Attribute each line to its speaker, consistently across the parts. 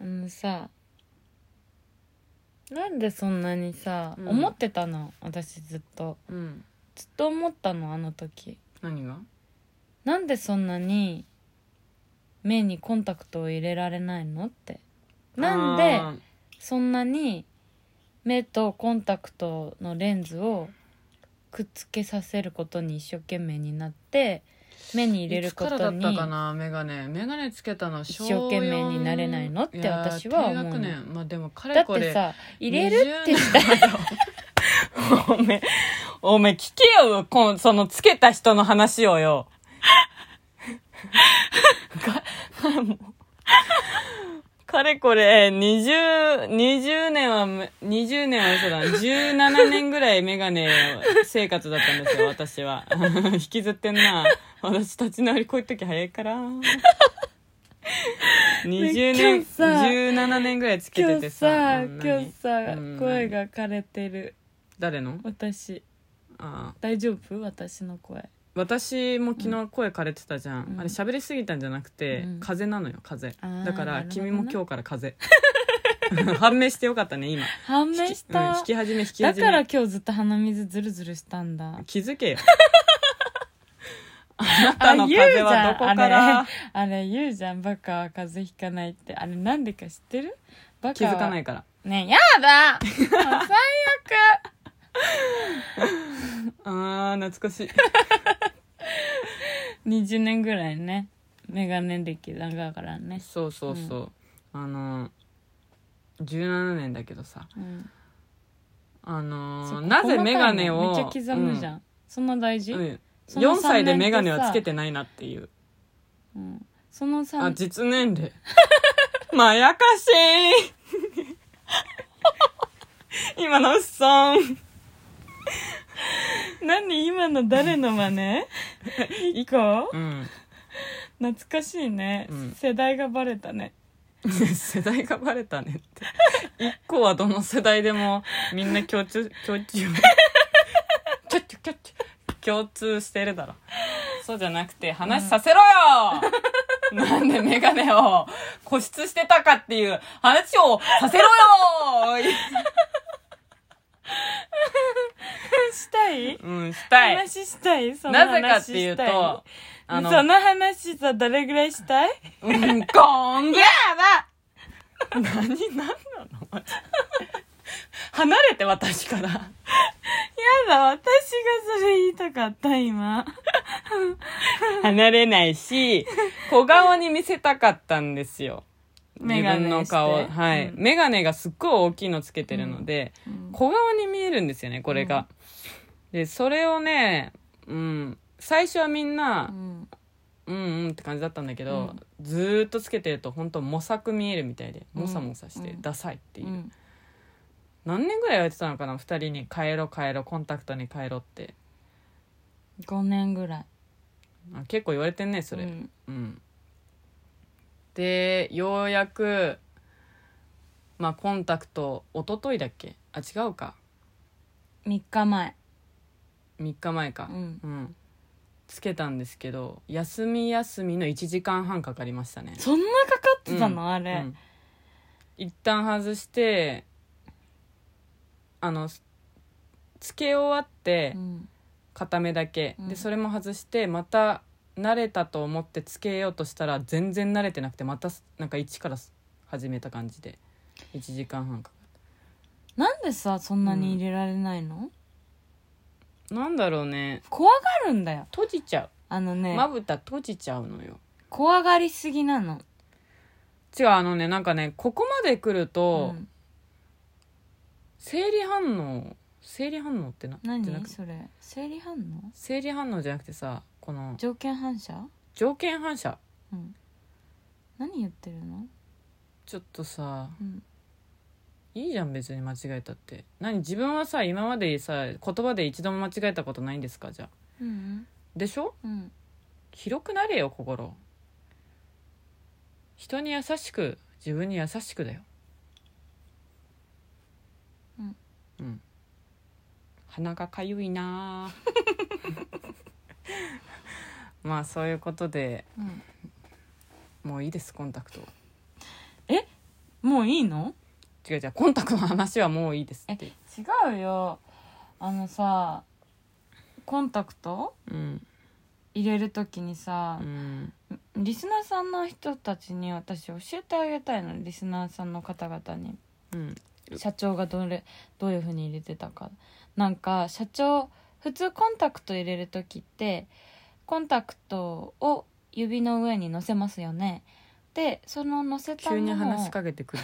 Speaker 1: のさなんでそんなにさ、
Speaker 2: うん
Speaker 1: 思ってたの私ずっと
Speaker 2: うん
Speaker 1: ずっと思ったのあの時
Speaker 2: 何が
Speaker 1: なんでそんなに目にコンタクトを入れられないのってなんで
Speaker 2: あー
Speaker 1: そんなに目とコンタクトのレンズをくっつけさせることに一生懸命になって目に入れるこ
Speaker 2: い
Speaker 1: と
Speaker 2: つからだった
Speaker 1: に
Speaker 2: かな眼鏡眼鏡つけたの
Speaker 1: 一生懸命になれないのって
Speaker 2: 小四
Speaker 1: 私は思うの
Speaker 2: いやー低学年まあでもか
Speaker 1: だ
Speaker 2: れ
Speaker 1: っ
Speaker 2: これ
Speaker 1: てさ入れるってした
Speaker 2: たら
Speaker 3: おめえ、おめえ聞けよ、こん、そのつけた人の話をよ。 か、もうかれこれ、20、20年はめ、20年はそうだ、17年ぐらいメガネ生活だったんですよ、私は。 引きずってんな。私立ち直りこういう時早いから。20
Speaker 1: ね今
Speaker 3: 年
Speaker 1: 日、さ
Speaker 3: 17年ぐらいつけ
Speaker 1: 今
Speaker 3: て
Speaker 1: 日
Speaker 3: て
Speaker 1: さ
Speaker 3: さ。
Speaker 1: 今日さ
Speaker 2: うん何
Speaker 1: 声が枯れてる
Speaker 2: 誰の
Speaker 1: 私
Speaker 2: あー
Speaker 1: 大丈夫私の声
Speaker 2: 私も昨日声枯れてたじゃん、
Speaker 1: うん
Speaker 2: あれ喋りすぎたんじゃなくて、
Speaker 1: うん
Speaker 2: 風邪なのよ風
Speaker 1: あー
Speaker 2: 邪だか
Speaker 1: な
Speaker 2: ら
Speaker 1: るほどね
Speaker 2: 君も今日から風邪 判明してよかったね今
Speaker 1: 判明し
Speaker 2: うん
Speaker 1: た
Speaker 2: 引き始め引き
Speaker 1: だ
Speaker 2: 始
Speaker 1: から
Speaker 2: め
Speaker 1: 今日ずっと鼻水ズルズルしたんだ
Speaker 2: 気づけ よあなたの風邪はどこから
Speaker 1: あれあれ言うじゃんバカは風邪ひかないってあれなんでか知ってるバ
Speaker 2: 気
Speaker 1: カは
Speaker 2: づかないから
Speaker 1: ねえやだもう最悪
Speaker 2: あー懐かしい
Speaker 1: 20年ぐらいねメガネ歴長いからね、
Speaker 2: そうそうそう、あの17年だけどさ
Speaker 1: うん、
Speaker 2: あ
Speaker 1: そ
Speaker 2: の
Speaker 1: っか
Speaker 2: ーなぜ
Speaker 1: 細かい
Speaker 2: メ
Speaker 1: の
Speaker 2: ガネを
Speaker 1: めっちゃ刻むじゃん、そんな大事、
Speaker 2: うんうん
Speaker 1: その
Speaker 2: 4歳で
Speaker 1: 三年ってさ
Speaker 2: メガネはつけてないなっていう
Speaker 1: うんその
Speaker 2: あ
Speaker 1: 3
Speaker 2: 実年齢 まやかしい 今のうっそん
Speaker 1: 何今の誰の真 似一個
Speaker 2: うん
Speaker 1: 懐かしいね、
Speaker 2: うん
Speaker 1: 世代がバレたね
Speaker 2: 世代がバレたねって一個はどの世代でもみんな共 通共通キャッチャキャッチャ共通してるだろそうじゃなくて話させろよ、なんでメガネを固執してたかっていう話をさせろよ
Speaker 1: したい
Speaker 2: うんしたい
Speaker 1: 話したいその
Speaker 2: なぜ
Speaker 1: 話
Speaker 2: かっていう
Speaker 1: した
Speaker 2: とあの
Speaker 1: その話さどれぐらいしたい
Speaker 2: うん、こんぐらい何、何なのマジで離れて、私から。
Speaker 1: やだ私がそれ言いたかった今
Speaker 2: 離れないし、小顔に見せたかったんですよ。自
Speaker 1: メガネ
Speaker 2: 分の顔。
Speaker 1: して
Speaker 2: はい。
Speaker 1: うん
Speaker 2: メガネがすっごい大きいのつけてるので、小顔に見えるんですよね、これが。で、それをね、うん、最初はみんな、
Speaker 1: うん
Speaker 2: うんうんって感じだったんだけど、ずーっとつけてると本当模索見えるみたいで
Speaker 1: うん
Speaker 2: もさもさして、
Speaker 1: うん
Speaker 2: ダサいっていうう、
Speaker 1: ん
Speaker 2: 何年ぐらい言われてたのかな2人に「帰ろ帰ろコンタクトに帰ろ」って
Speaker 1: 5年ぐらい
Speaker 2: あ結構言われてんねそれ、
Speaker 1: う
Speaker 2: うん
Speaker 1: ん
Speaker 2: でようやくまあコンタクト一昨日だっけあ違うか
Speaker 1: 3日前
Speaker 2: 3日前
Speaker 1: う
Speaker 2: か
Speaker 1: ん
Speaker 2: うん、つけたんですけど休み休みの1時間半かかりましたね
Speaker 1: そんなかかってたの、
Speaker 2: うん
Speaker 1: あれ、
Speaker 2: うん一旦外してあのつけ終わって
Speaker 1: うん
Speaker 2: 片目だけ、
Speaker 1: うん
Speaker 2: でそれも外してまた慣れたと思ってつけようとしたら全然慣れてなくてまたなんか一から始めた感じで1時間半かか
Speaker 1: なんでさそんなに入れられないの、
Speaker 2: るなんだろうね
Speaker 1: 怖がるんだよ
Speaker 2: 閉じちゃ
Speaker 1: あの
Speaker 2: う
Speaker 1: ね、
Speaker 2: まぶた閉じちゃうのよ
Speaker 1: 怖がりすぎなの
Speaker 2: 違うあのねなんかねここまで来ると、
Speaker 1: うん
Speaker 2: 生理反応生理反応ってなじゃな
Speaker 1: 何
Speaker 2: く
Speaker 1: それ生理反応
Speaker 2: 生理反応じゃなくてさこの
Speaker 1: 条件反射
Speaker 2: 条件反射
Speaker 1: うん何言ってるの
Speaker 2: ちょっとさ
Speaker 1: うん
Speaker 2: いいじゃん別に間違えたって何自分はさ今までさ言葉で一度も間違えたことないんですかじゃあ
Speaker 1: うん
Speaker 2: でしょ
Speaker 1: うん
Speaker 2: 広くなれよ心人に優しく自分に優しくだよ
Speaker 1: うん
Speaker 2: うん鼻がかゆ いなあまあそういうことで
Speaker 1: うん
Speaker 2: もういいですコンタクトは
Speaker 1: えもういいの
Speaker 2: 違う違うコンタクトの話はもういいですって
Speaker 1: 違うよあのさコンタクト
Speaker 2: うん
Speaker 1: 入れる時にさ
Speaker 2: う、ん
Speaker 1: リスナーさんの人たちに私教えてあげたいのリスナーさんの方々に
Speaker 2: うん
Speaker 1: 社長がどれどういうふうに入れてたかなんか社長普通コンタクト入れる時ってコンタクトを指の上に乗せますよねでその乗せたも
Speaker 2: 急
Speaker 1: のを
Speaker 2: に話しかけ てくる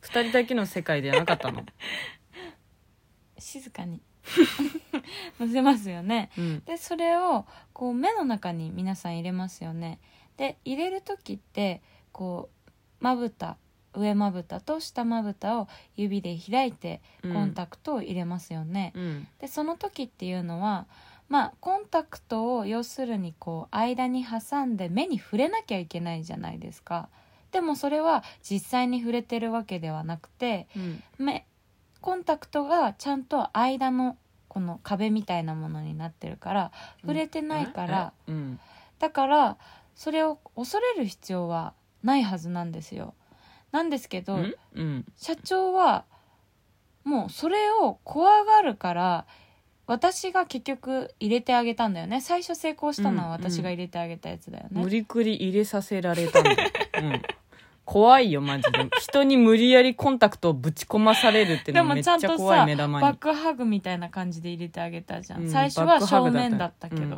Speaker 2: 二人だけの世界ではなかったの
Speaker 1: 静かに 乗せますよね
Speaker 2: うん
Speaker 1: でそれをこう目の中に皆さん入れますよねで入れる時ってこうまぶた上まぶたと下まぶたを指で開いてコンタクトを入れますよね、
Speaker 2: うん
Speaker 1: でその時っていうのはまあコンタクトを要するにこう間に挟んで目に触れなきゃいけないじゃないですかでもそれは実際に触れてるわけではなくて
Speaker 2: うん
Speaker 1: 目コンタクトがちゃんと間のこの壁みたいなものになってるから触れてないから、
Speaker 2: うん
Speaker 1: だからそれを恐れる必要はないはずなんですよなんですけど、
Speaker 2: うんうん
Speaker 1: 社長はもうそれを怖がるから私が結局入れてあげたんだよね最初成功したのは
Speaker 2: うんうん
Speaker 1: 私が入れてあげたやつだよね、
Speaker 2: 無理くり入れさせられたんだよ、うん、怖いよマジで人に無理やりコンタクトをぶち込まされるって
Speaker 1: で
Speaker 2: のめ
Speaker 1: も
Speaker 2: っ
Speaker 1: ち
Speaker 2: ちゃ
Speaker 1: ゃんと
Speaker 2: 怖い
Speaker 1: さ
Speaker 2: 目玉に
Speaker 1: バックハグみたいな感じで入れてあげたじゃん、
Speaker 2: うん
Speaker 1: 最初
Speaker 2: バッ
Speaker 1: は
Speaker 2: クハ
Speaker 1: 正
Speaker 2: グだった
Speaker 1: 面だったけど、
Speaker 2: うん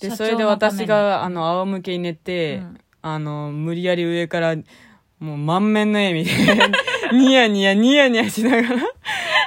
Speaker 2: で
Speaker 1: 社
Speaker 2: そ
Speaker 1: 長
Speaker 2: れで
Speaker 1: のために
Speaker 2: 私があの仰向けに寝て、
Speaker 1: うん
Speaker 2: あの無理やり上からもう満面の笑みで ニヤニヤニヤニヤしながら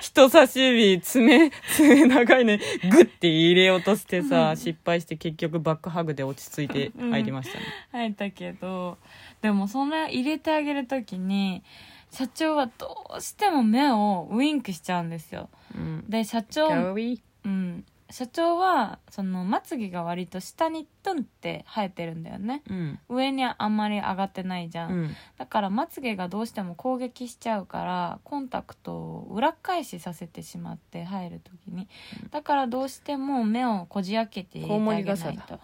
Speaker 2: 人差し指爪爪長いねグッて入れようとしてさ、失敗して結局バックハグで落ち着いて入りましたね、
Speaker 1: 入ったけどでもそんな入れてあげる時に社長はどうしても目をウインクしちゃうんですよ
Speaker 2: うん
Speaker 1: で社
Speaker 2: キ
Speaker 1: 長
Speaker 2: ャウィ
Speaker 1: うん、社長はそのまつげが割と下にトンって生えてるんだよね
Speaker 2: うん
Speaker 1: 上にあんまり上がってないじゃ、
Speaker 2: うんん
Speaker 1: だからまつげがどうしても攻撃しちゃうからコンタクトを裏返しさせてしまって入る時にだからどうしても目をこじ開けて入れてあげな
Speaker 2: コウモ
Speaker 1: い
Speaker 2: リ
Speaker 1: と。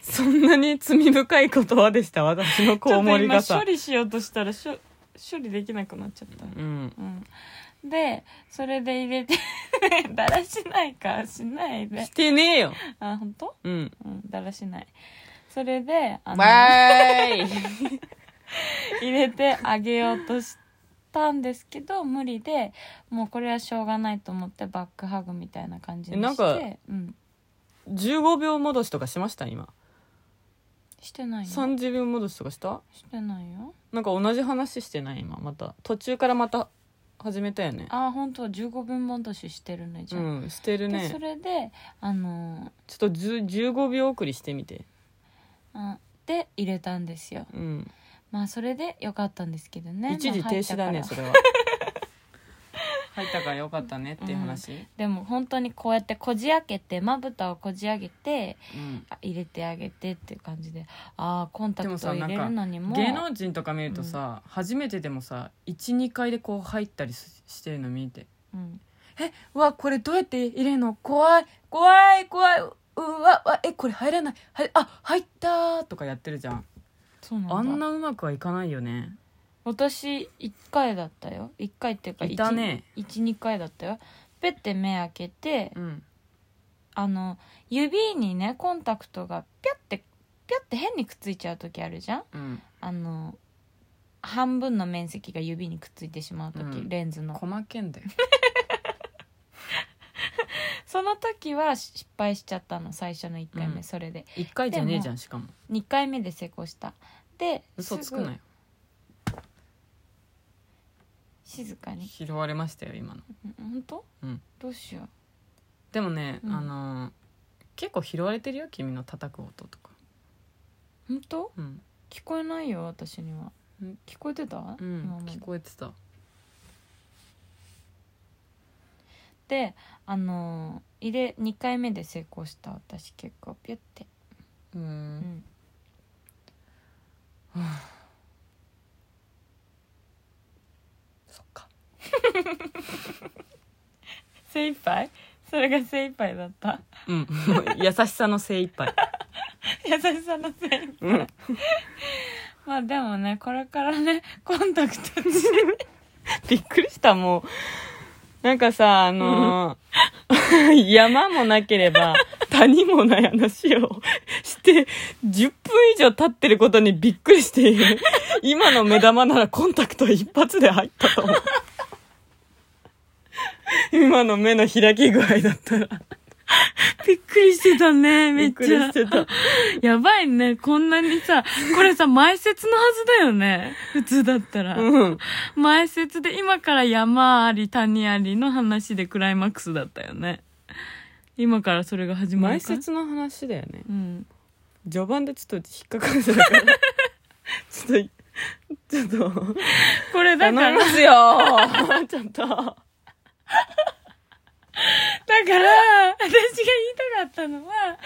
Speaker 2: そんなに罪深い言葉でした私の
Speaker 1: ち
Speaker 2: コ
Speaker 1: ょ
Speaker 2: ウ
Speaker 1: っと
Speaker 2: モリ
Speaker 1: 今
Speaker 2: がさ
Speaker 1: 処理しようとしたらしょ処理できなくなっちゃった、
Speaker 2: うん
Speaker 1: うん、でそれで入れて だらしないからしないで
Speaker 2: してねえよ
Speaker 1: あ本当
Speaker 2: うん
Speaker 1: うん、だらしない。それで、あの、
Speaker 2: ーい
Speaker 1: 入れてあげようとしたんですけど、無理で、もうこれはしょうがないと思ってバックハグみたいな感じにして、
Speaker 2: えなんか
Speaker 1: うん、
Speaker 2: 15秒戻しとかしました今
Speaker 1: してないよ。
Speaker 2: 30秒戻しとかした
Speaker 1: してないよ。
Speaker 2: なんか同じ話してない今また途中からまた始めたよね
Speaker 1: あー、本当15分戻ししてるね、じ
Speaker 2: う
Speaker 1: ゃあ。
Speaker 2: んしてる
Speaker 1: で、
Speaker 2: ね
Speaker 1: それで、あの
Speaker 2: ちょっとじゅ15秒送りしてみて
Speaker 1: ーあで、入れたんですよ。
Speaker 2: うん
Speaker 1: まあ、それでよかったんですけどね。
Speaker 2: 一時
Speaker 1: まあ
Speaker 2: 停止だ
Speaker 1: 入
Speaker 2: ね
Speaker 1: った
Speaker 2: そ
Speaker 1: から
Speaker 2: れは入ったからよかったねっていう話
Speaker 1: でも本当にこうやってこじ開けて、まぶたをこじ上げて、
Speaker 2: うん
Speaker 1: 入れてあげてっていう感じでああコンタク
Speaker 2: でも
Speaker 1: トを
Speaker 2: さ
Speaker 1: 入れるのにも
Speaker 2: 芸能人とか見るとさ初めてでもさ12回でこう入ったりししてるの見て
Speaker 1: うん
Speaker 2: えうわこれどうやって入れるの怖い怖い怖いうわうわえこれ入らないはいあ入ったーとかやってるじゃん
Speaker 1: そうなんだ
Speaker 2: あんなうまくはいかないよね
Speaker 1: 私1回だったよ1回っていうか
Speaker 2: いたね
Speaker 1: 12回だったよペッて目開けて
Speaker 2: うん
Speaker 1: あの指にねコンタクトがピャッてピャッて変にくっついちゃう時あるじゃん
Speaker 2: うん
Speaker 1: あの半分の面積が指にくっついてしまう時、
Speaker 2: うん
Speaker 1: レンズの
Speaker 2: 細けんだよ
Speaker 1: その時は失敗しちゃったの最初の1回目、
Speaker 2: うん
Speaker 1: それで
Speaker 2: 一回じゃねえじゃんしかも
Speaker 1: 2回目で成功したで
Speaker 2: 嘘つくなよ
Speaker 1: すぐ静かに
Speaker 2: 拾われましたよ今の
Speaker 1: 本当、
Speaker 2: うん
Speaker 1: どうしよう
Speaker 2: でもね、
Speaker 1: うん
Speaker 2: あのー結構拾われてるよ君の叩く音とか
Speaker 1: 本当
Speaker 2: うん、
Speaker 1: 聞こえないよ私には
Speaker 2: うん
Speaker 1: 聞こえてた、
Speaker 2: う
Speaker 1: 今
Speaker 2: ん
Speaker 1: も、
Speaker 2: 聞こえてた
Speaker 1: であのー入れ2回目で成功した私結構ピュって、
Speaker 2: う
Speaker 1: うんん、
Speaker 2: そっか
Speaker 1: 精一杯それが精一杯だった。
Speaker 2: うん。優しさの精一杯。
Speaker 1: 優しさの精一杯。
Speaker 2: うん。
Speaker 1: まあでもね、これからね、コンタクトに。
Speaker 2: びっくりした、もう。なんかさ、あのー 山もなけれ ば、谷もない話を して、10分以上経ってることにびっくりしている。今の目玉ならコンタクト一発で入った と思う。今の目の開き具合だったら。
Speaker 1: びっくりしてた ね、め
Speaker 2: び
Speaker 1: っ
Speaker 2: っく
Speaker 1: ち
Speaker 2: り
Speaker 1: ゃ
Speaker 2: し。てた。
Speaker 1: やばいね、こんなにさ、こ れさ、前説のはずだよね。普通だったら。
Speaker 2: うん。
Speaker 1: 前説で今から山あり谷ありの話でクライマックスだったよね。今からそれが始まる
Speaker 2: 前
Speaker 1: か
Speaker 2: 説の話だよね。
Speaker 1: うん。
Speaker 2: 序盤でちょっと引っかかるじゃないかな ちょっと、ちょっと。
Speaker 1: これだから、だ
Speaker 2: すよ ちょっと。
Speaker 1: から、私が言いたかったのは、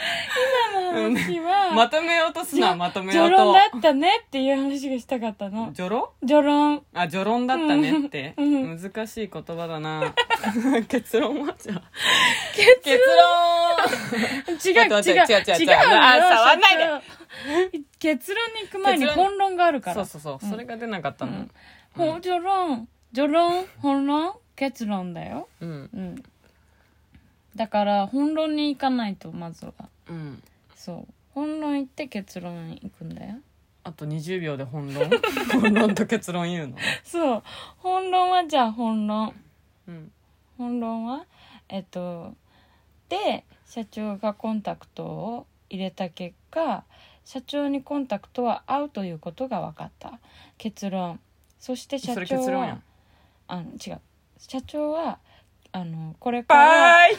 Speaker 1: 今の話は、
Speaker 2: まとめようとす
Speaker 1: じ
Speaker 2: な、
Speaker 1: ょ
Speaker 2: まとめ
Speaker 1: ジ
Speaker 2: よ
Speaker 1: ョ
Speaker 2: う
Speaker 1: ロン
Speaker 2: と
Speaker 1: だ。ったねっていう話がしたかったの。
Speaker 2: ジョロ
Speaker 1: ジョロン。
Speaker 2: あ、ジョロンだったねって。
Speaker 1: うん
Speaker 2: 難しい言葉だな。 結論はじゃあ。
Speaker 1: 結
Speaker 2: 結
Speaker 1: 違
Speaker 2: 論
Speaker 1: う違う違う違う
Speaker 2: 待って待って違う違う違う
Speaker 1: のよ
Speaker 2: あ触んないで
Speaker 1: 社長結論に行く前に
Speaker 2: 結論
Speaker 1: 本論があるから
Speaker 2: そうそうそう、
Speaker 1: うん
Speaker 2: それが出なかったの。
Speaker 1: ほじょろんじょろん本論結論だよ
Speaker 2: うん。
Speaker 1: うんだから本論に行かないとまずは
Speaker 2: うん。
Speaker 1: そう本論行って結論に行くんだよ
Speaker 2: あと20秒で本論本論と結論言うの
Speaker 1: そう本論はじゃあ本論
Speaker 2: うん。
Speaker 1: 本論はえっとで社長がコンタクトを入れた結果社長にコンタクトは合うということが分かった結論そして社
Speaker 2: それ
Speaker 1: 長
Speaker 2: 結論や
Speaker 1: は
Speaker 2: ん。
Speaker 1: あの違う社長はあのこれから
Speaker 2: バイ